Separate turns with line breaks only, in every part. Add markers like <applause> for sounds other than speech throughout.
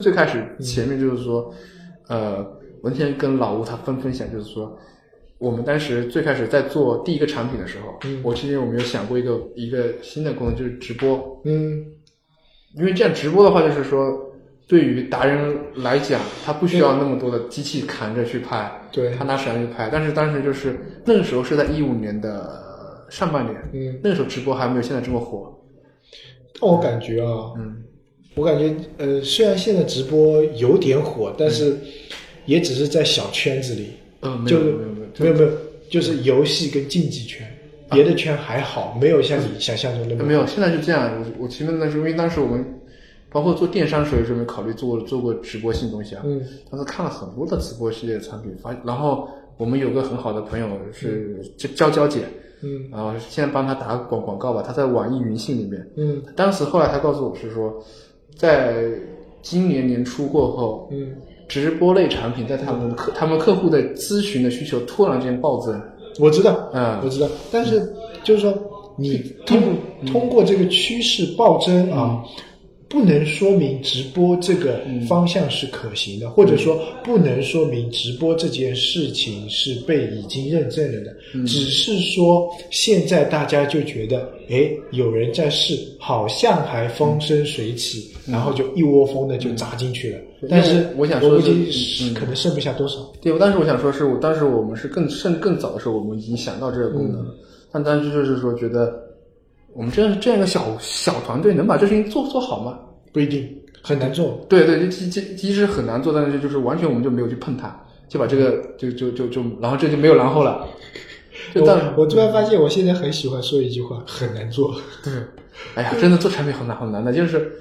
最开始前面就是说，呃，文天跟老吴他分分享，就是说，我们当时最开始在做第一个产品的时候，
嗯
我之前有没有想过一个一个新的功能，就是直播？
嗯，
因为这样直播的话，就是说，对于达人来讲，他不需要那么多的机器扛着去拍，
对
他，拿手机去拍。但是当时就是那个时候是在一五年的上半年，
嗯，
那个时候直播还没有现在这么火，
但我感觉啊，
嗯，
我感觉呃，虽然现在直播有点火，但是也只是在小圈子里，
呃，没
就
有
是
没有没有，
没有没有，就是游戏跟竞技圈，别的圈还好，没有像你想象中那么
啊没有，现在是这样。我我前面那时候，因为当时我们包括做电商时候，也是没有考虑做做过直播性东西啊。
嗯
当时看了很多的直播系列的产品，发然后我们有个很好的朋友是娇娇娇姐，
嗯
然后现在帮她打广广告吧，她在网易云信里面。
嗯
当时后来她告诉我是说，在今年年初过后，
嗯，
直播类产品在他们客他们客户的咨询的需求突然间暴增。
我知道，
嗯嗯
我知道，但是就是说，你通通过这个趋势暴增啊，不能说明直播这个方向是可行
嗯
的，或者说不能说明直播这件事情是被已经认证了的，
嗯
只是说现在大家就觉得，哎，有人在试，好像还风生水起，然后就一窝蜂的就砸进去了。但
嗯因
是
为我想
我
说
估
的是
计
嗯嗯
可能剩不下多少。
对，但是我想说是我当时我们是更甚更早的时候，我们已经想到这个功能了，但当时就是说觉得我们这样这样一个小小团队能把这事情做做好吗？
不一定很难做。
对对，就其其其实很难做，但是就是完全我们就没有去碰它，就把这个就就就就，然后这就没有然后了。就但
我我突然发现，我现在很喜欢说一句话：很难做。
对，哎呀，真的做产品好难好难的，就是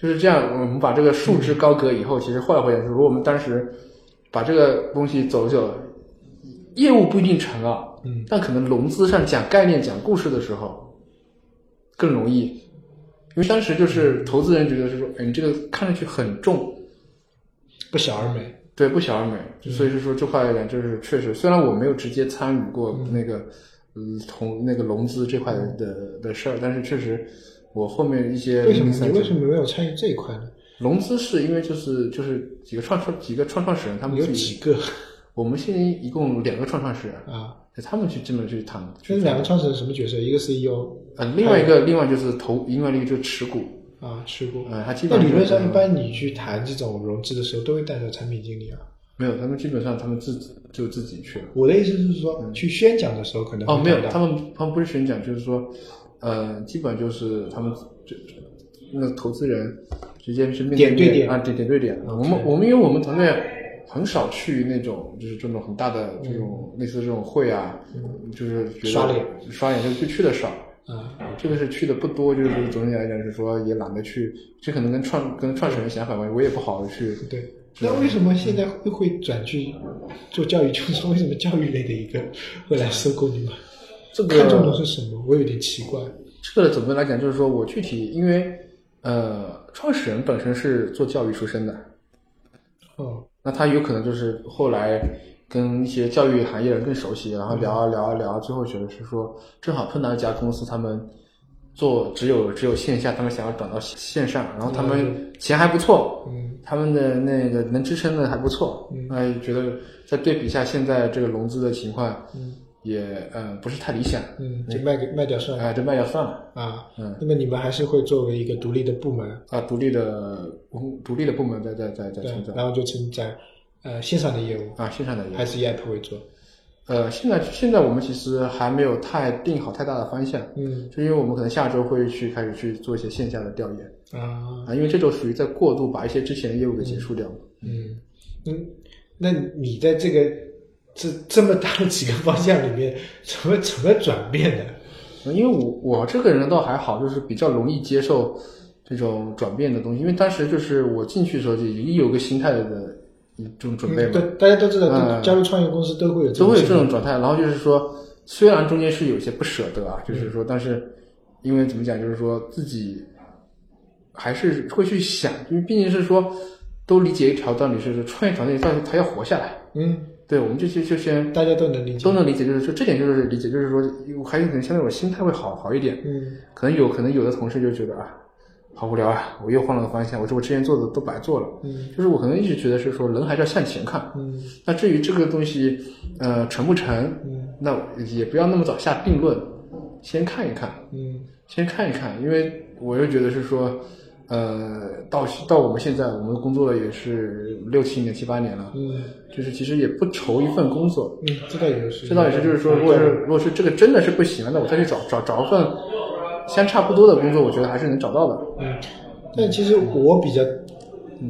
就是这样。我们把这个束之高阁以后，其实后来回想，如果我们当时把这个东西走久了，业务不一定成啊，
嗯，
但可能融资上讲概念、讲故事的时候更容易，因为当时就是投资人觉得是说，哎，你这个看上去很重，
不小而美。
对，不小而美。
嗯
所以是说这块来讲，就是确实，虽然我没有直接参与过那个，嗯，同那个融资这块的的的事儿，但是确实，我后面一些
嗯为什么
零散
你
件
为什么没有参与这一块呢？
融资是因为就是就是几个创创几个创创始人他们
有
自己
几个
我们现在一共两个创创始人，
啊？
他们去这么去谈，
这
去
两个创始人什么角色？一个 E CEO
呃，另外一个另外就是投，另外一个就是持股，
啊，持股。
呃，他基
那
本
理论
就是
上，一般你去谈这种融资的时候，都会带着产品经理啊。
没有，他们基本上他们自己就自己去了。
我的意思是
嗯
说，去宣讲的时候可能
哦，
会
没有
带，到
他们他们不是宣讲，就是说，呃，基本就是他们就就那个投资人直接是面
点对
对
点嗯
啊，点点对点。我们我们因为我们团队很少去那种就是这种很大的这种类似这种会啊，就是觉得
嗯刷脸
刷脸就就去的少。
啊，
这个是去的不多，就是总体来讲是说也懒得去，这可能跟创跟创始人想法关系，我也不好去。
对。那为什么现在会会转去做教育？就是为什么教育类的一个会来收购你们？
这个
看中的是什么？我有点奇怪。
这个总的来讲，就是说我具体因为呃，创始人本身是做教育出身的，
哦，
那他有可能就是后来跟一些教育行业的人更熟悉，然后聊啊聊啊聊啊，最后觉得是说正好碰到一家公司，他们做只有只有线下，他们想要转到线上，然后他们钱还不错，
嗯，
他们的那个能支撑的还不错，
嗯
那觉得再对比一下现在这个融资的情况，
嗯
也呃不是太理想，
嗯，就卖给卖掉算了。
哎，这卖要算了。
啊，
嗯
那么你们还是会作为一个独立的部门，
啊，独立的文独立的部门在在在在
对
存，在
然后就承载呃线上的业务，
啊，线上的也有
还是以 app 为主。
呃，现在现在我们其实还没有太定好太大的方向，
嗯
就因为我们可能下周会去开始去做一些线下的调研
啊，
啊，因为这周属于在过渡把一些之前的业务给结束掉。
嗯嗯，那你在这个这这么大的几个方向里面，怎么怎么转变的？
呃因为我我这个人倒还好，就是比较容易接受这种转变的东西，因为当时就是我进去的时候就已经有个心态的一种准备
嗯
嘛，
对，大家都知道，
嗯
加入创业公司都会有
都会有这
种
种状态。然后就是说，虽然中间是有些不舍得啊，就是
嗯
说，但是因为怎么讲，就是说自己还是会去想，因为毕竟是说都理解一条道理，是说创业团队但是他要活下来。
嗯，
对，我们这些就先
大家都能理解
都。能理解，就是说这点就是理解，就是说我还是可能相对我心态会好好一点。
嗯
可能有可能有的同事就觉得啊，好无聊啊！我又换了个方向，我说我之前做的都白做了。
嗯
就是我可能一直觉得是说人还是要向前看。
嗯
那至于这个东西，呃，成不成，
嗯
那也不要那么早下定论，先看一看，
嗯
先看一看，因为我又觉得是说，呃，到到我们现在，我们工作了也是六七年、七八年了，
嗯
就是其实也不愁一份工作，
嗯，这倒也是，
这倒也是，就是说，如果是如果是这个真的是不行了，那我再去找找找一份相差不多的工作，我觉得还是能找到的。
嗯，但其实我比较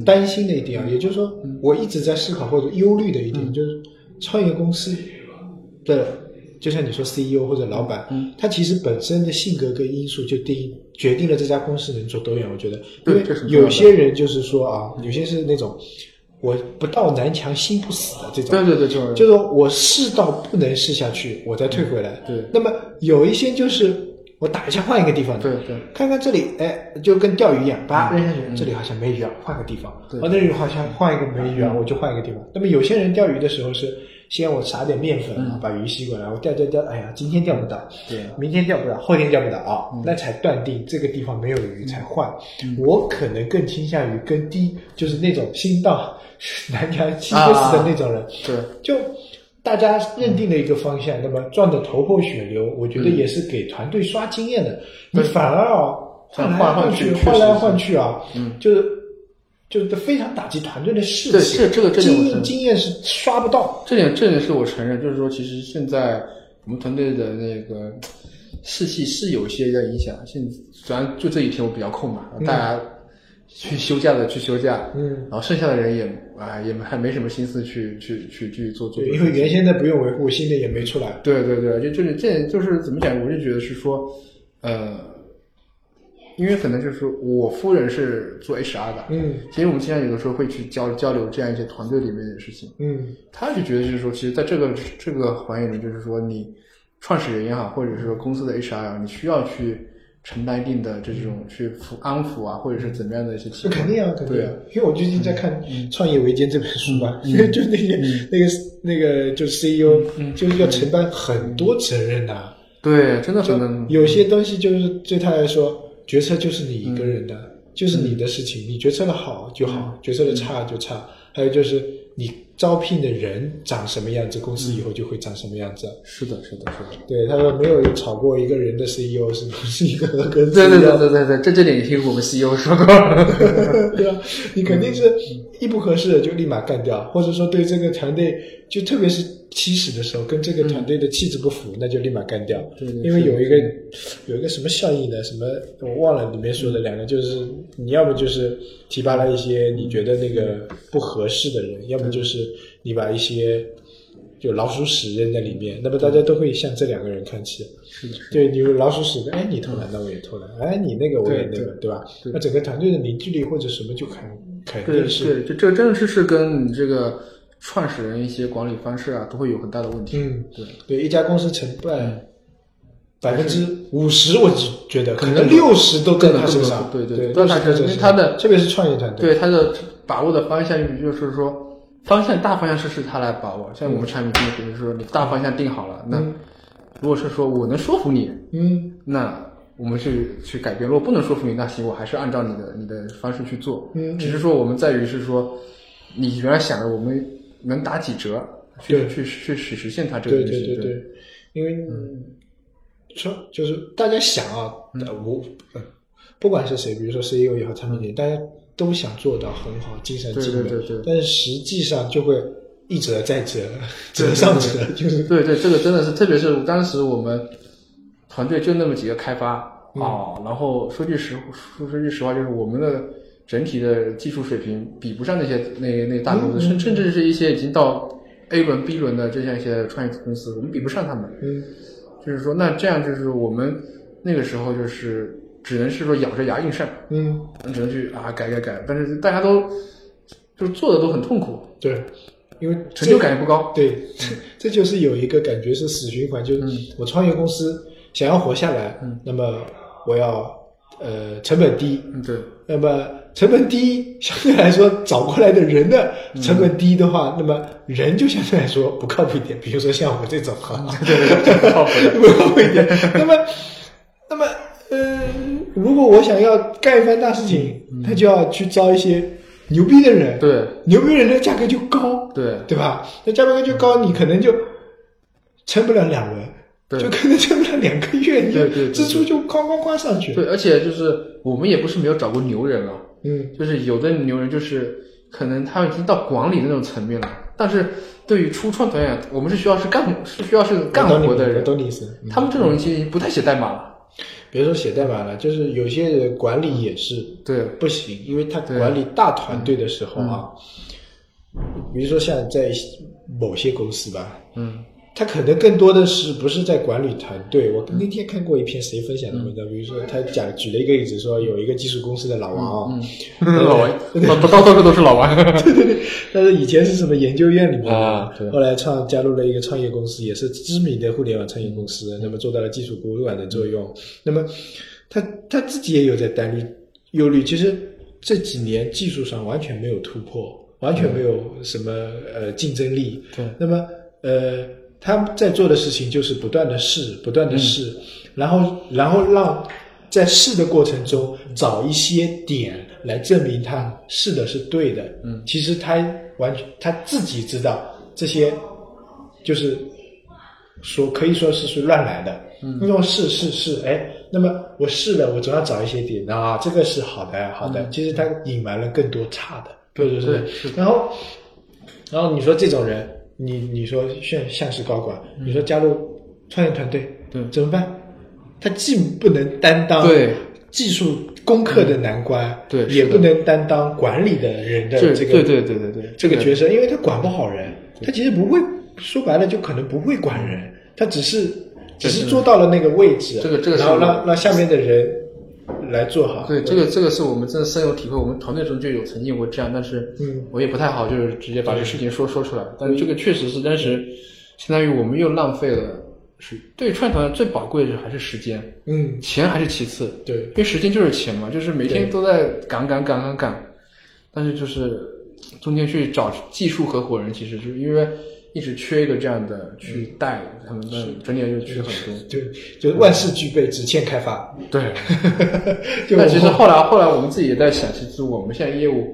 担心的一
嗯
点啊，也就是说，我一直在思考或者忧虑的一点，就是创业公司的，就像你说 CEO 或者老板，
嗯
他其实本身的性格跟因素就定决定了这家公司能走多远。我觉得，因
对
为
这是很重要
有
的
些人就是说啊，有些是那种我不到南墙心不死的这种，
对对对，就是
就是说我试到不能试下去，我再退回来。
嗯对
那么有一些就是我打一下换一个地方的，
对对
看看这里，哎，就跟钓鱼一样，把扔下去，这里好像没鱼啊，换个地方。
对
哦，那里好像换一个没鱼啊，我就换一个地方。那么有些人钓鱼的时候是，先我撒点面粉，然后把鱼吸过来，我钓钓钓，哎呀，今天钓不到，
对
明天钓不到，后天钓不到啊，那才断定这个地方没有鱼才换。我可能更倾向于跟低，就是那种心 <laughs> 到南墙心不死的那种人，
是
就大家认定了一个方向，那么赚得头破血
嗯
流，我觉得也是给团队刷经验的。你反而啊，换来换去，
换来换去确实
换
是嗯
来换去啊，就是就是非常打击团队的士
对
气。
这这个这点
经
我
验
是
经验是刷不到。
这点，这点是我承认，就是说，其实现在我们团队的那个士气是有一些在影响。现主要就这一天我比较空嘛，大家去休假的去休假，
嗯
然后剩下的人也啊、也没还没什么心思去去去去做做。
对，因为原先的不用维护，新的也没出来。
对对对，就就是这就是怎么讲，我就觉得是说，呃，因为可能就是说我夫人是做 HR 的，
嗯
其实我们现在有的时候会去交交流这样一些团队里面的事情。
嗯
他就觉得就是说，其实在这个这个行业里，就是说你创始人也好，或者是说公司的 HR 也好，你需要去承担一定的这种去抚安抚啊，或者是怎么样的一些情
那
况。
肯定啊，肯定
对嗯
啊，因为我最近在看《创业维艰》这本书嘛，因 <laughs> 为就那些那个那个就是 CEO，就是
嗯
要承担很多责任啊的。
对，真的很能
有些东西就是对他来说，决策就是你一个人的，
嗯
就是你的事情，你决策的好就好，决策的差就差。还有就是你招聘的人长什么样子，公
嗯
司以后就会长什么样子。
是的，是的，是的。
对，他说没有炒过一个人的 CEO 是不是一个合格的 CEO？
对对对对对对，这这点也听我们 CEO 说
<laughs>
过。
对吧？你肯定是
嗯
一不合适的就立马干掉，或者说对这个团队，就特别是起始的时候跟这个团队的气质不符，那就立马干掉。
嗯对对
因为有一个有一个什么效应呢？什么我忘了里面说的两个，就是你要么就是提拔了一些你觉得那个不合适的人，要么就是你把一些。就老鼠屎扔在里面，那么大家都会向这两个人看齐。
是的，是的
对你有老鼠屎的，哎，你偷懒，那我也偷懒，哎，你那个我也那
对
个，对吧？
对
那整个团队的凝聚力或者什么就肯肯
对
定是，
对，这这真的是是跟你这个创始人一些管理方式啊，都会有很大的问题。
嗯，
对，
对，一家公司成败百分之五十，我只觉得可能
根本
六十都在
根本
他身
不
上，
对对
对，
都在他身
60%
上因为
身
他的
特别是创业团队，
对他的把握的方向，就是说方向大方向是是他来把握。
嗯
像我们产品经理，比如说你大方向定好了，那如果是说我能说服你，
嗯
那我们去去改变；如果不能说服你，那行，我还是按照你的你的方式去做。
嗯嗯
只是说我们在于是说，你原来想的我们能打几折，去
对
去去实实现它这个
对
东
对
西。
对对，因为
嗯
说就是大家想啊，呃我呃不管是谁，比如说 CEO 也好，产品经理，大家都想做到很好，尽善尽美，
嗯对对对对
但是实际上就会一折再折， <laughs> 折上折，就是
对对，这个真的是，特别是当时我们团队就那么几个开发啊、哦，然后说句实说说句实话，就是我们的整体的技术水平比不上那些那那大公司，甚、甚至是一些已经到 A 轮、B 轮的这样一些创业公司，我们比不上他们。
嗯
就是说，那这样就是我们那个时候就是只能是说咬着牙硬上，
嗯，
只能去啊改改改，但是大家都就是做的都很痛苦，
对，因为
成就
这
感也不嗯高。
对，这这就是有一个感觉是死循环，
嗯
就是我创业公司想要活下来，那么我要呃成本低，
嗯，对。
那么成本低，相对来说找过来的人的成本低的话，那么人就相对来说不靠谱一点。比如说像我这种
<laughs>
啊，
对对对，不靠谱的
不靠谱一点。那么，那么呃，如果我想要干一番大事情，
嗯
他就要去招一些牛逼的人，
对
牛逼人的价格就高，
对
对吧？那价格就高，你可能就撑不了两轮，
嗯对
就可能撑不了两个月，你就
对对对
支出就哐哐哐上去，
对，而且就是我们也不是没有找过牛人啊，
嗯，
就是有的牛人就是可能他已经到管理那种层面了，但是对于初创团队，我们是需要是干是需要是干
我懂你
活的
我
人，
懂你意思。嗯
他们这种人其实不太写代码了，
别说写代码了，就是有些人管理也是
对
不行，因为他
对
管理大团队的时候啊，比如说像在某些公司吧，
嗯
他可能更多的是不是在管理团队。我那天看过一篇谁分享的文
嗯
章，比如说他讲举了一个例子，说有一个技术公司的老王啊，
嗯， <laughs> 老王，到到到处都是老王，
但是以前是什么研究院里面的
<laughs> 啊对
后来创加入了一个创业公司，也是知名的互联网创业公司，那么做到了技术骨管的作用。那么他他自己也有在担虑忧虑，其实这几年技术上完全没有突破，完全没有什么呃竞争力。
对
那么呃他在做的事情就是不断的试，不断的
嗯
试，然后然后让。在试的过程中，找一些点来证明他试的是对的。
嗯
其实他完全他自己知道这些，就是说可以说是是乱来的。嗯，那种试试试，哎，那么我试了，我总要找一些点啊，这个是好的，好的。其实他隐瞒了更多差的，
嗯对
对对
对是的
然后，然后你说这种人，你你说像像是高管，你说加入创业团队，
嗯对
怎么办？他既不能担当
对嗯
技术功课的难关，
对是
也
的
不能担当管理的人的
对
这个
对对对对对，
这个角色，因为他管不好人，他其实不会，说白了就可能不会管人，他只是只是做到了那个位置，
这个这个是
然后
我
让让下面的人来做好，
对，这个这个是我们真的深有体会。我们团队中就有曾经有过这样，但是
嗯
我也不太好，就是直接把这个事情说说出来。但这个确实是真实，相当于我们又浪费了是对串团最宝贵的还是时间，
嗯，
钱还是其次，
对
因为时间就是钱嘛，就是每天
对
都在赶赶赶赶赶，但是就是中间去找技术合伙人，其实就是因为一直缺一个这样的去带他们，的整体就缺很多。
对，嗯就是万事俱备，只欠开发， <laughs>
对，
就
但
我
其实后来后来我们自己也在想，其实我们现在业务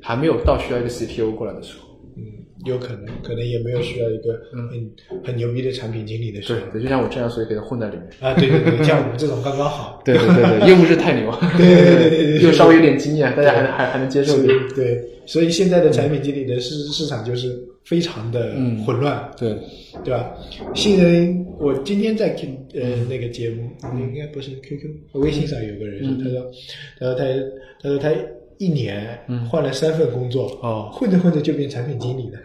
还没有到需要一个 CTO 过来的时候。
嗯，有可能，可能也没有需要一个很很牛逼的产品经理的时
对
候。
嗯对，就像我这样，所以给他混在里面。
啊，对对对，像我们这种刚刚好。
<laughs> 对对对对，又不是太牛，
对对对对对
又稍微有点经验，大家还还还能接受一点。
是对，所以现在的产品经理的市市场就是非常的
嗯
混乱，
对，
对吧？新人，我今天在 Q 呃
嗯
那个节目，应该不是 QQ，微信上有个
嗯
人说，他说，他说他他说他一年
嗯
换了三份工作，
哦嗯
混着混着就变产品经理了。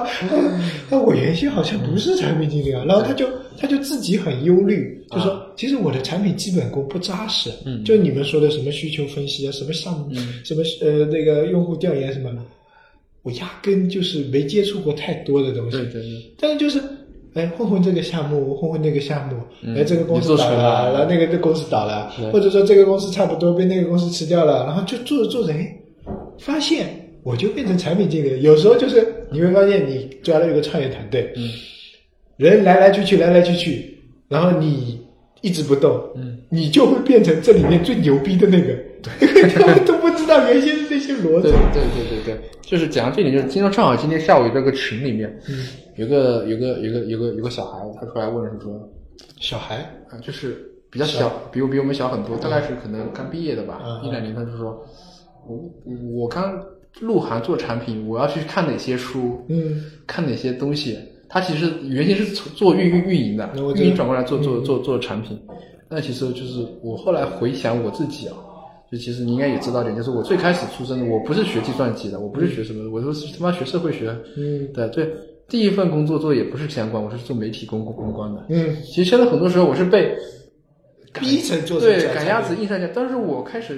<laughs> 那我原先好像不是产品经理啊，然后他就他就自己很忧虑，就说其实我的产品基本功不扎实，
嗯
就你们说的什么需求分析啊，什么项目，什么呃那个用户调研什么。我压根就是没接触过太多的东西，
对对对
但是就是，哎，混混这个项目，混混那个项目，
嗯
哎，这个公司
你做
倒
成
了，
了
然后那个这公司倒了
对，
或者说这个公司差不多被那个公司吃掉了，然后就做着做着，哎，发现我就变成产品经理了。有时候就是你会发现，你抓了一个创业团队，
嗯
人来来去去，来来去去，然后你一直不动，
嗯，
你就会变成这里面最牛逼的那个，因为他们都不知道原先那些逻
对
辑
对。对对对，就是讲到这点，就是今天正好今天下午这个群里面，有个有个有个有个有个小孩，他出来问说，
小孩，
啊，就是比较小，比我比我们小很多，大概是可能刚毕业的吧，
嗯
一两年。他就说，我我刚入行做产品，我要去看哪些书，
嗯，
看哪些东西。他其实原先是从做运运运营的
那我，知道嗯
运营转过来做做做做产品。那其实就是我后来回想我自己啊，就其实你应该也知道点，就是我最开始出生的，我不是学计算机的，我不是学什么的，我都是他妈学社会学。
嗯
对对，第一份工作做也不是相关，我是做媒体公公关的。
嗯，
其实现在很多时候我是被
逼成做成
对
这样
赶
才
鸭子硬上架，但是我开始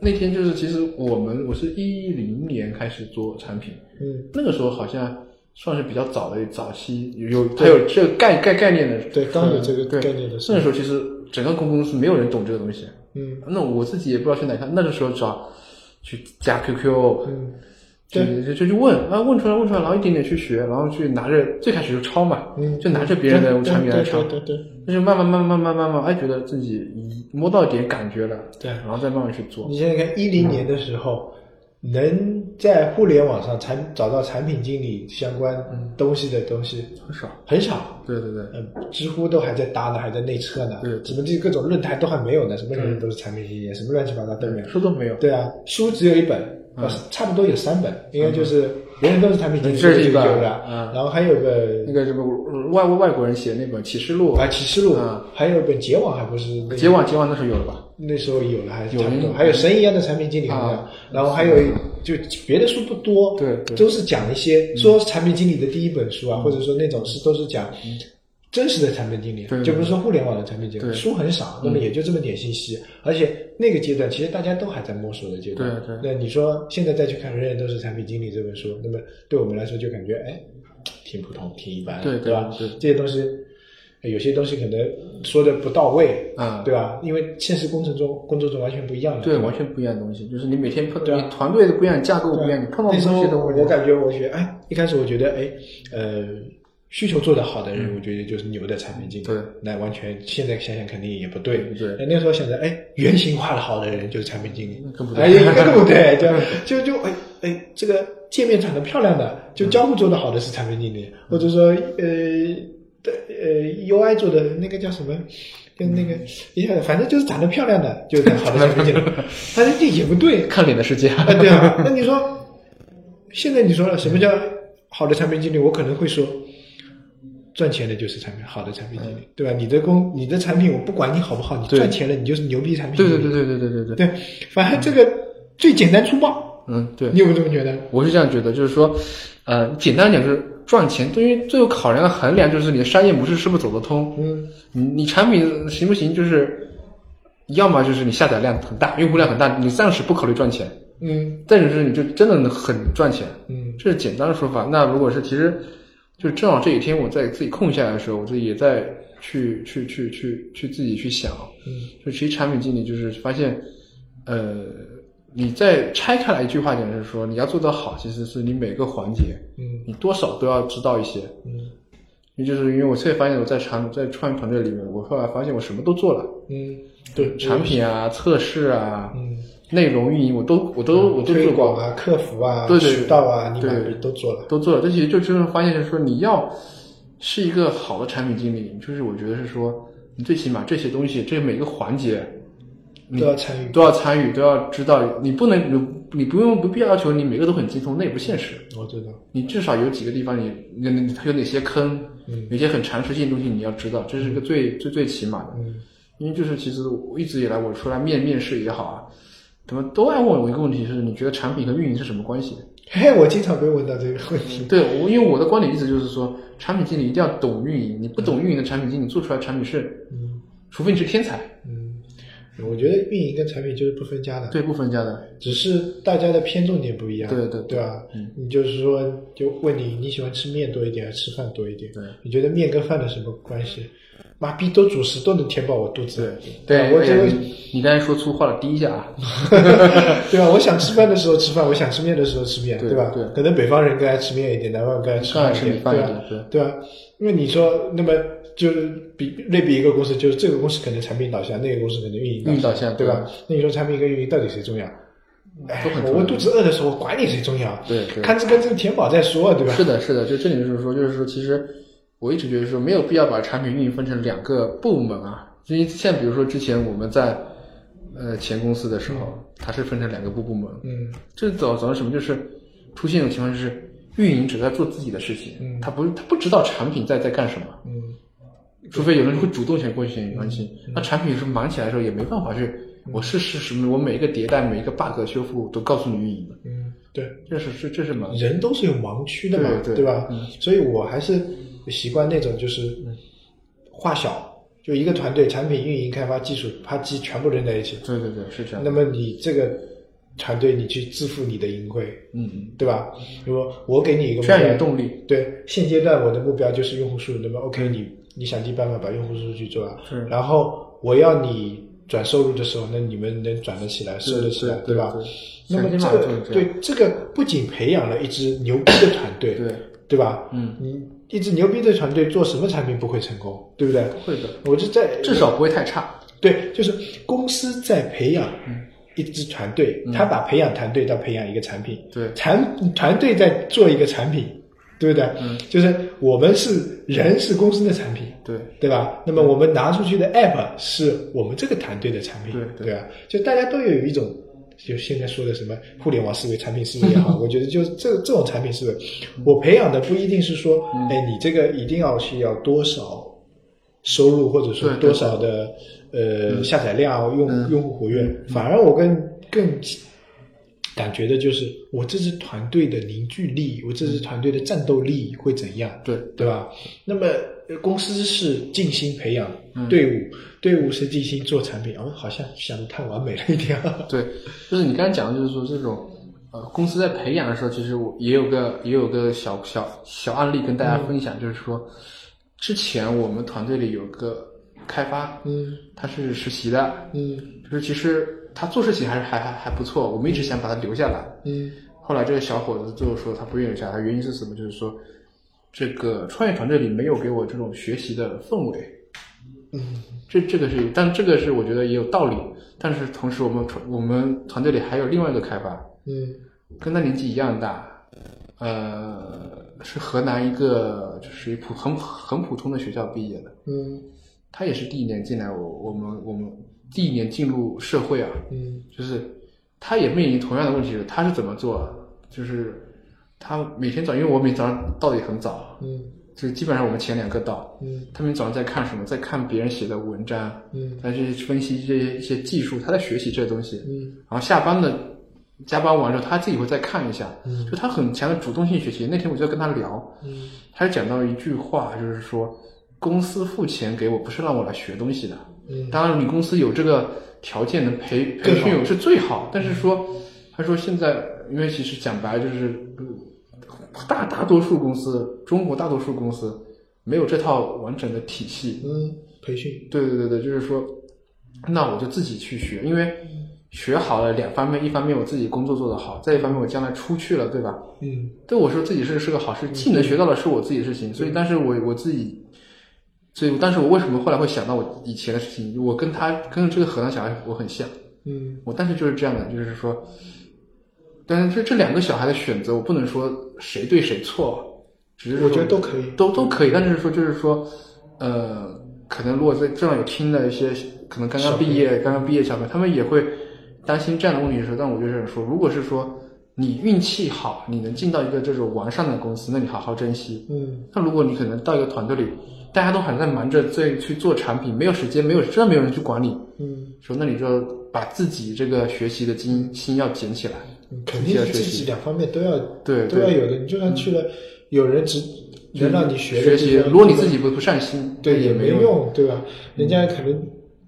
那天就是其实我们我是一零年开始做产品，
嗯，
那个时候好像算是比较早的早期有还有这个概概概念的，
对刚有这个
对
概念的时
那
候
个时候其实整个公公司没有人懂这个东西，
嗯
那我自己也不知道去哪看，那个时候找去加 QQ，
嗯
对，就就去问，然后问出来，问出来，然后一点点去学，然后去拿着，最开始就抄嘛，
嗯
就拿着别人的
对
产品来
对
抄，
对对对对
但是慢慢慢慢慢慢慢慢，哎，觉得自己摸到点感觉了，
对
然后再慢慢去做。
你现在看一零年的时候，能在互联网上产找到产品经理相关
嗯
东西的东西
很少，
很少。
对对对，
嗯，知乎都还在搭呢，还在内测呢，
对
什么这各种论坛都还没有呢，什么人
嗯
都是产品经理，什么乱七八糟都没有。
书都没有。
对啊，书只有一本，
嗯
呃，差不多有三本，应该就是人人都是产品经理，
这是一
个啊
本
有的，
嗯
然后还有个
那个什么呃外外外国人写那本《启示录
啊启示录
嗯，
还有一本结网，还不是那》，
结网结网那时候有了吧？
那时候有了，还是
有
差不多，
人
还有神一样的产品经理好像，
啊
然后还有就别的书不多，
对对嗯
都是讲一些说产品经理的第一本书啊，或者说那种是都是讲真实的产品经理，
嗯对对
就不是说互联网的产品经理，
对嗯
书很少，那么也就这么点信息，而且那个阶段其实大家都还在摸索的阶段，
对对
那你说现在再去看《人人都是产品经理》这本书，那么对我们来说就感觉哎，挺普通，挺一般的，
对对
哎吧？
对
这些东西。呃有些东西可能说的不到位，
啊
对吧？因为现实工程中工作中完全不一样的。
对，
吧
完全不一样的东西，就是你每天碰
对
到
啊
你团队的不一样，架构不一样，你碰到
那
的
时
东
候
西都不一
我
样。
感觉，我觉得，哎，一开始我觉得，哎，呃，需求做得好的人，我觉得就是牛的产品经理。
嗯对，
那完全现在想想肯定也不对。
对
那那时候想着，哎，原型化的好的人就是产品经理，
更不对 <laughs>
哎，更不对，就就就哎哎，这个界面长得漂亮的，就交互做得好的是产品
嗯
经理，或者说呃。的呃，UI 做的那个叫什么？就那
嗯
个，一下反正就是长得漂亮的，就是好的产品
<laughs>
经理。但是这也不对，
看脸的世界，
<laughs> 啊，对啊，那你说，现在你说了什么叫好的产品经理？我可能会说，赚钱的就是产品好的产品经理，对吧？你的工，你的产品，我不管你好不好，你
嗯对
赚钱了，你就是牛逼产
<laughs>
品
对
经
对
理。
对对对对对对，
对反正这个最简单粗暴，
嗯对
你，有没有这么觉得？
我是这样觉得，就是说，呃，简单一点就是赚钱，对于最后考量的衡量就是你的商业模式是不是走得通，
嗯，
你你产品行不行，就是要么就是你下载量很大，用户量很大，你暂时不考虑赚钱，
嗯
再者是你就真的很赚钱，
嗯
这是简单的说法。那如果是其实，就正好这几天我在自己空下来的时候，我自己也在去去去去去自己去想，
嗯
就其实产品经理就是发现，呃，你再拆开来一句话讲，就是说你要做得好，其实是你每个环节
嗯
你多少都要知道一些。
嗯
也就是因为我现在发现我在产在创业团队里面，我后来发现我什么都做了，
嗯，对，
产品啊、测试啊、
嗯，
内容运营，我都我都我都
推
做过
广。啊、客服啊、
对对
渠道啊，你把
对
都做了。
都做了。这其实就就是发现是说，你要是一个好的产品经理，就是我觉得是说，你最起码这些东西，这每个环节你
都要参与
都要参与，都要知道。你不能，你你不用不必要要求你每个都很精通，那也不现实。
我知道，
你至少有几个地方你，你你它有哪些坑，
嗯
有些很常识性的东西你要知道，这是一个最最最起码的。
嗯
因为就是其实我一直以来我出来面面试也好啊，他们都爱问我一个问题是，你觉得产品和运营是什么关系？
嘿，我经常被问到这个问题。
对，我因为我的观点一直就是说，产品经理一定要懂运营，你不懂运营的产品经理做出来的产品是，
嗯。
除非你是天才，
嗯，我觉得运营跟产品就是不分家的，
对，不分家的，
只是大家的偏重点不一样。
对对
对吧？
嗯
你就是说，就问你你喜欢吃面多一点还是吃饭多一点？
对
你觉得面跟饭的什么关系？妈逼，都主食都能填饱我肚子。
对，
啊我这
哎
个嗯
呀你你刚才说粗话了，第一下啊，
对啊吧？我想吃饭的时候吃饭，我想吃面的时候吃面，
对
吧？
对
可能北方人更爱吃面一点，南方人更爱吃饭
更爱吃米饭
对
一
吧
点？对
对吧？因为你说，那么就是比类比一个公司，就是这个公司可能产品导向，那个公司可能运营
运营导向
对吧？那你说产品跟运营到底谁重要？哎
都很，重要
我肚子饿的时候，我管你谁重要，
对对
看这个这个填饱再说，啊对吧？
是的，是的，就这里就是说，就是说，其实我一直觉得说，没有必要把产品运营分成两个部门啊，因为像比如说之前我们在呃前公司的时候，它是分成两个部部门，
嗯
这导导致什么？就是出现一种情况，就是运营者在做自己的事情，
嗯
他不他不知道产品在在干什么，
嗯
除非有人会主动想过去关心。那产品是忙起来的时候也没办法去，
嗯
我是是什么，我每一个迭代、每一个 bug 修复都告诉你运营的，
嗯，对。
这是这这是忙。
人都是有盲区的嘛，
对对嗯
吧？所以我还是习惯那种就是化小，就一个团队，产品、运营、开发、技术、啪叽全部扔在一起。
对对对，是这样
那。么你这个团队，你去自负你的盈亏，
嗯，嗯
对吧？如果我给你一个目
这样有
标，
动力。
对，现阶段我的目标
啊
就是用户数，那么 OK，你你想尽办法把用户数据做好
是，
然后我要你转收入的时候，那你们能转得起来，收得起来，
对
吧？
对
那
想
么这
尽办法
个
做这
对
样
这个不仅培养了一支牛逼的团队，
对，
对吧？
嗯，
你一支牛逼的团队做什么产品不会成功，对不对？
会的，
我就在
至少不会太差。
对，就是公司在培养
嗯
一支团队，他把培养团队到培养一个产品，
对
产团队在做一个产品，对不对？
嗯，
就是我们是人是公司的产品，
对，
对吧？那么我们拿出去的 app 是我们这个团队的产品，
对对
对吧？就大家都有一种，就现在说的什么互联网思维、产品思维也
<laughs>
好，我觉得就是这这种产品思维，我培养的不一定是说，
嗯
哎，你这个一定要是要多少收入，或者说
对对
多少的呃下载量、用
嗯
用户活跃，反而我更更感觉的就是我这支团队的凝聚力，我
嗯
这支团队的战斗力会怎样？
对
对吧？那么呃公司是尽心培养
嗯
队伍，队伍是尽心做产品，哦，好像想的太完美了一点啊。
对，就是你刚才讲的，就是说这种呃，公司在培养的时候，其实我也有个也有个小小小案例跟大家分享，就是说之前我们团队里有个开发，
<laughs> 嗯
他是实习的，
嗯
就是其实他做事情还是还还还不错，我们一直想把他留下来。
嗯
后来这个小伙子就说他不愿意留下来，他原因是什么？就是说这个创业团队里没有给我这种学习的氛围。
嗯
这这个是，但这个是我觉得也有道理。但是同时，我们团我们团队里还有另外一个开发，
嗯
跟他年纪一样大，呃，是河南一个就是一普很很普通的学校毕业的。
嗯
他也是第一年进来，我我们我们第一年进入社会啊，
嗯
就是他也面临同样的问题，他是怎么做啊？就是他每天早，因为我每天早上到的也很早，
嗯
就是基本上我们前两个到，
嗯
他们早上在看什么？在看别人写的文章，
嗯
他去分析这些一些技术，他在学习这些东西。
嗯
然后下班的加班完之后，他自己会再看一下，
嗯
就他很强的主动性学习。那天我就跟他聊，
嗯
他讲到一句话，就是说公司付钱给我，不是让我来学东西的。
嗯
当然，你公司有这个条件能培培
更好
训我是最好，但是说，他说现在因为其实讲白就是，嗯大大多数公司，中国大多数公司没有这套完整的体系，
嗯，培训，
对对对对，就是说，那我就自己去学，因为学好了两方面，一方面我自己工作做得好，再一方面我将来出去了，对吧？
嗯
对我说自己是是个好事，技能学到的是我自己的事情，所以但是我我自己，所以但是我为什么后来会想到我以前的事情？我跟他跟这个河南小孩我很像，
嗯
我当时就是这样的，就是说，但是这这两个小孩的选择，我不能说谁对谁错，只是说
我觉得都可以
都都可以，但是说就是说，呃，可能如果在正好有听的一些可能刚刚毕业、刚刚毕业小朋友，他们也会担心这样的问题的时候，但我就是说，如果是说你运气好，你能进到一个这种完善的公司，那你好好珍惜。
嗯
那如果你可能到一个团队里，大家都还在忙着在去做产品，没有时间，没有真的没有人去管理，
嗯，
说那你就把自己这个学习的精心要捡起来，
嗯肯定是自己两方面都要
对
都要
对
有的。你就算去了，有人只能让你嗯学
学
的
习
地。方
如果你自己不不善心，
对
也
也
没
没
用。嗯
用，对吧？人家可能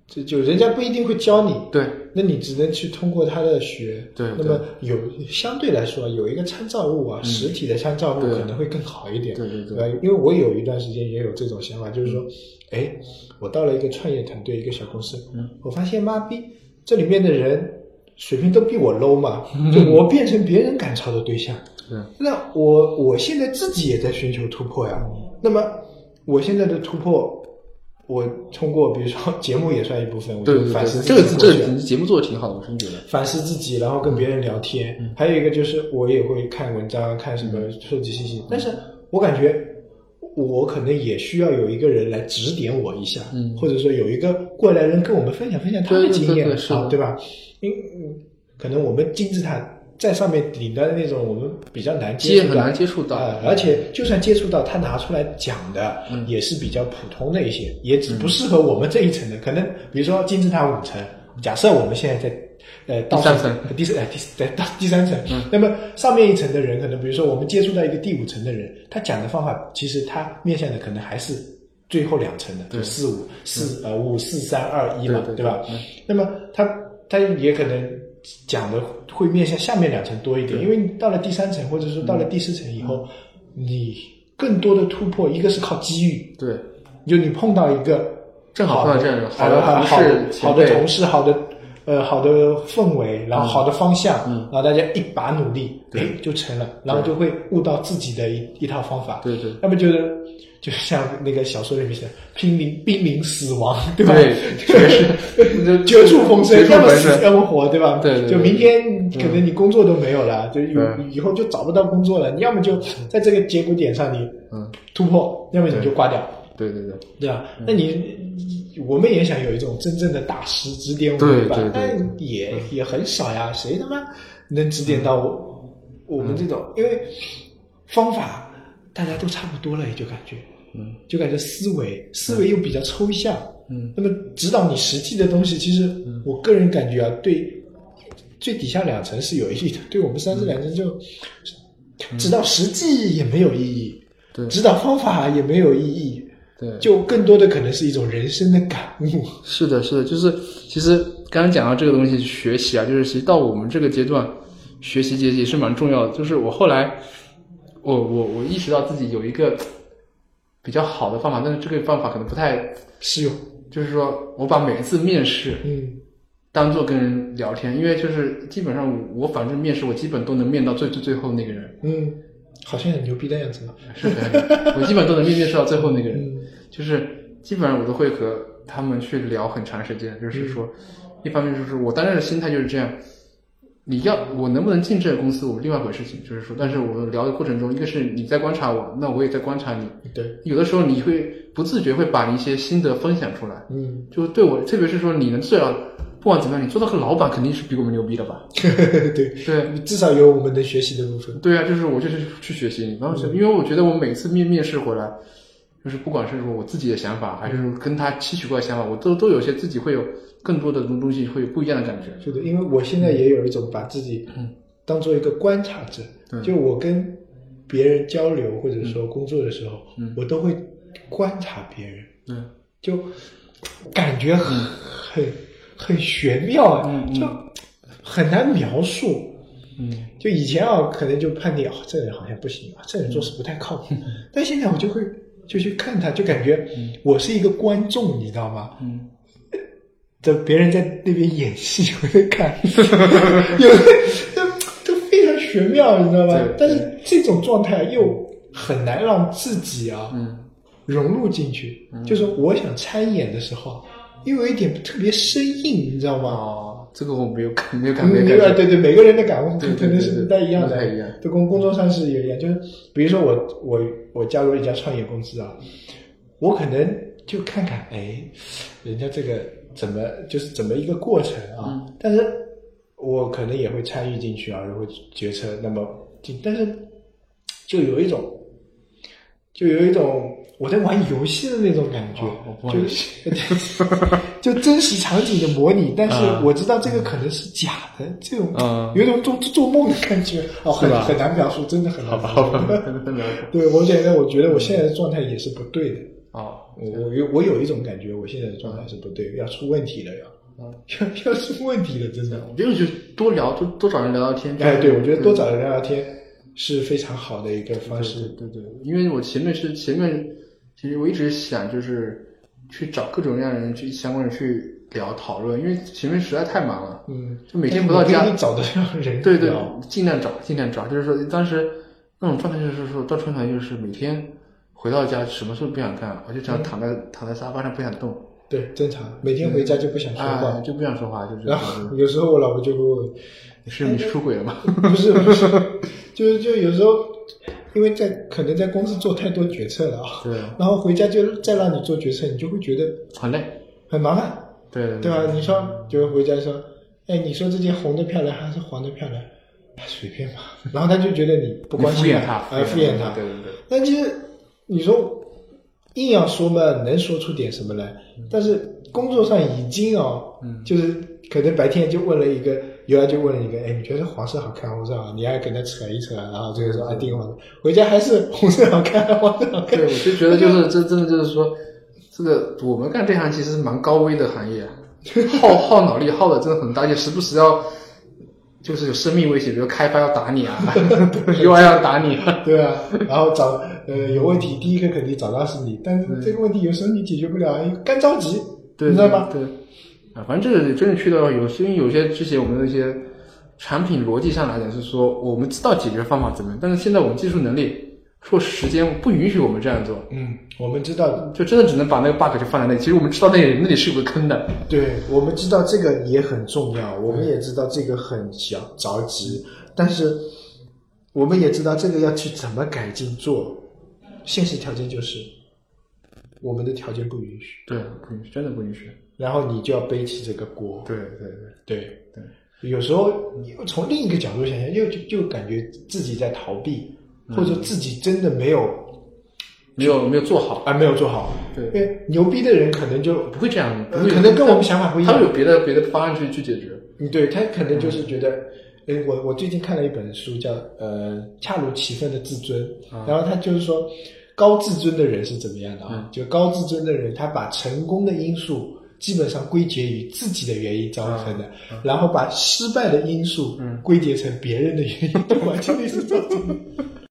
就就人家不一定会教你，
对
那你只能去通过他的学，
对嗯
那么有相对来说啊有一个参照物啊，实体的参照物
对
可能会更好一点，
对对对嗯
吧因为我有一段时间也有这种想法，就是说，哎，我到了一个创业团队，一个小公司，
嗯
我发现妈逼这里面的人水平都比我 low 嘛，
<laughs>
就我变成别人赶超的对象。
对，
那我我现在自己也在寻求突破呀。那么我现在的突破，我通过比如说节目也算一部分，我
对
就
对
反思
对，这个是
自己的过
这
去
个节目做的挺好的，我真觉得。
反思自己，然后跟别人聊天。
嗯
还有一个就是我也会看文章，看什么收集信息，
嗯
但是我感觉我可能也需要有一个人来指点我一下，
嗯
或者说有一个过来人跟我们分享分享他的
对对
经验
对对是的
啊，对吧？因嗯可能我们金字塔在上面顶端的那种，我们比较难接
接
触
很
到
难接触到
呃而且就算接触到，他拿出来讲的
嗯
也是比较普通的一些，也只不适合我们这一层的。可能比如说金字塔五层，假设我们现在在呃到
第三层嗯
第四呃第四在到第三层，那么上面一层的人，可能比如说我们接触到一个第五层的人，他讲的方法其实他面向的可能还是最后两层的，就四五四呃五四三二一嘛，
嗯对对对嗯
吧？那么他他也可能讲的会面向下面两层多一点，因为你到了第三层或者说到
嗯
了第四层以后，你更多的突破，一个是靠机遇，
对
就你碰到一个
正好碰到这样的
好
的
的好
同事、
好
前
的
辈，嗯
同事，好的呃好的氛围，然后好的方向，然后大家一把努力，
对
哎就成了，然后就会悟到自己的一一套方法。
对对
要么觉得就像那个小说里面写的，濒临濒临死亡，对吧？
对，确
<laughs>
实就
绝处逢
绝
生，
处
要么
逢
死
生，
要么活，对吧？
对对对
就明天可能你工作都没有了，就
对
以以后就找不到工作了。你要么就在这个节骨点上你
嗯，
突破，要么你就挂掉，
对嗯对对，
对吧？那你我们也想有一种真正的大师指点我
对
们吧
对对，嗯
但也也很少呀，谁他妈能指点到我
嗯
我们这种？因为方法大家都差不多了，也就感觉。
嗯
就感觉思维，思维又比较抽象，
嗯，
那么指导你实际的东西，其实我个人感觉啊，对最底下两层是有意义的，对我们三十两层就、指导实际也没有意义，
对
指导方法也没有意义，
对，
就更多的可能是一种人生的感悟。
是的，是的，就是其实刚刚讲到这个东西，学习啊，就是其实到我们这个阶段，学习也也是蛮重要的。就是我后来，我我我意识到自己有一个比较好的方法，但是这个方法可能不太，
是有，
就是说我把每一次面试
嗯，
当做跟人聊天，因为就是基本上我我反正面试我基本都能面到最最最后那个人，
嗯，好像很牛逼的样子嘛。
是的，我基本都能面面试到最后那个人。
嗯
就是基本上我都会和他们去聊很长时间，就是说，一方面就是我当时的心态就是这样，你要我能不能进这个公司，我另外一回事情，就是说，但是我们聊的过程中，一个是你在观察我，那我也在观察你，
对，
有的时候你会不自觉会把一些心得分享出来，
嗯， <laughs>
就对我，特别是说你能最少不管怎么样，你做到个老板肯定是比我们牛逼的吧？
对，
对。
至少有我们能学习的部分。
对啊，就是我就是去学习，然后是因为我觉得我每次面面试回来，就是不管是说我自己的想法，还是跟他奇奇怪怪的想法，我都都有些自己会有更多的东东西，会有不一样的感觉。
是的，因为我现在也有一种把自己当做一个观察者，就我跟别人交流或者说工作的时候，我都会观察别人，
嗯，
就感觉很、很很玄妙啊，就很难描述。
嗯，
就以前啊，可能就判定啊、这人好像不行啊，这人做事不太靠谱。但现在我就会就去看他，就感觉我是一个观众，你知道吗？
嗯，
这别人在那边演戏， <laughs> 我在看，
<laughs>
有的都非常玄妙，你知道吗
对？
但是这种状态又很难让自己啊，
嗯
融入进去。就是我想参演的时候，又有一点特别生硬，你知道吗？
哦，这个我没有感没有感
嗯
没有
对吧
感觉。
对对，每个人的感悟
对对
可能是不太一样
对对
的
对不太一样，
就跟工作上是有一样。就是比如说我我我加入一家创业公司啊，我可能就看看，哎，人家这个怎么就是怎么一个过程啊，
嗯
但是我可能也会参与进去啊，也会决策。那么就，但是就有一种，就有一种我在玩游戏的那种感觉，
哦我不玩游
就 <laughs> 就真实场景的模拟，但是
嗯
我知道这个可能是假的，这种
嗯
有一种做做梦的感觉，哦，
是
很
吧
很难描述，真的很难
好吧，
描
好吧
述。，
没有
<laughs> 对，我觉得，我觉得我现在的状态也是不对的。
哦，
我我有我有一种感觉，我现在的状态是不对，要出问题了，要 <laughs>
嗯
要要出问题了，真的。
我觉得就多聊，多多找人聊聊天。
哎，对，我觉得多找人聊聊天是非常好的一个方式。
对对，因为我前面是前面，其实我一直想就是去找各种各样的人去相关人去聊讨论，因为前面实在太忙了，
嗯，
就每天不到家
但是你不一定找得上人
对对
聊，
尽量找尽量找，就是说当时那种状态就是说到春团就是每天回到家什么事都不想干，我就
嗯
想躺在、躺在沙发上不想动，
对，正常。每天回家就不想说
啊
话，，
就不想说话，就是
<laughs> 然后有时候我老婆就会问我，
是你出轨了
<laughs>
吗？
不是不是，就是就有时候，因为在可能在公司做太多决策了
<laughs>
啊，
对，
然后回家就再让你做决策，你就会觉得
很累，
很麻烦，
对对
对啊吧？你说就回家说，哎，你说这件红的漂亮还是黄的漂亮？哎随便吧，然后他就觉得你不
你
关
敷
心
衍他，
哎，敷衍他，
对对对，
那其实你说硬要说嘛，能说出点什么来？但是工作上已经哦，
嗯
就是可能白天就问了一个，原来就问了一个，哎，你觉得黄色好看，红色好看？你还跟他扯一扯，然后这个时候啊定黄色，回家还是红色好看，啊黄色好看
对，。我就觉得就是这真的就是说，这个我们干这行其实是蛮高危的行业啊，耗耗脑力耗的真的很大，而且时不时要
<laughs>
就是有生命危险，比如开发要打你啊，UI 要打你啊，
对啊，然后找呃，有问题，第一个肯定找到是你，但是这个问题有时候你解决不了，哎干着急，
嗯对，
你知道吧？
对，啊，反正这个真的去到有些，因为有些之前我们那些产品逻辑上来讲是说，我们知道解决方法怎么样，但是现在我们技术能力说时间不允许我们这样做，
嗯，我们知道，
就真的只能把那个 bug 就放在那里。其实我们知道那里那里是有个坑的，
对我们知道这个也很重要，我们也知道这个很小着急，但是我们也知道这个要去怎么改进做。现实条件就是我们的条件不允许，
对，不允许，真的不允许。
然后你就要背起这个锅。
对对对嗯
对
对，
有时候你又从另一个角度想想，又就就感觉自己在逃避，或者自己真的没
嗯
有
没有没有做好，
啊没有做好。
对
因为牛逼的人可能就
不会这样，不
呃
会
可能跟我们想法不一样
他们有别的别的方案去去解决。
嗯，对他可能就是觉得，哎，我我最近看了一本书叫呃恰如其分的自尊，然后他就是说高自尊的人是怎么样的啊？就高自尊的人，他把成功的因素基本上归结于自己的原因造成的，然后把失败的因素归结成别人的原因，完全类似这种。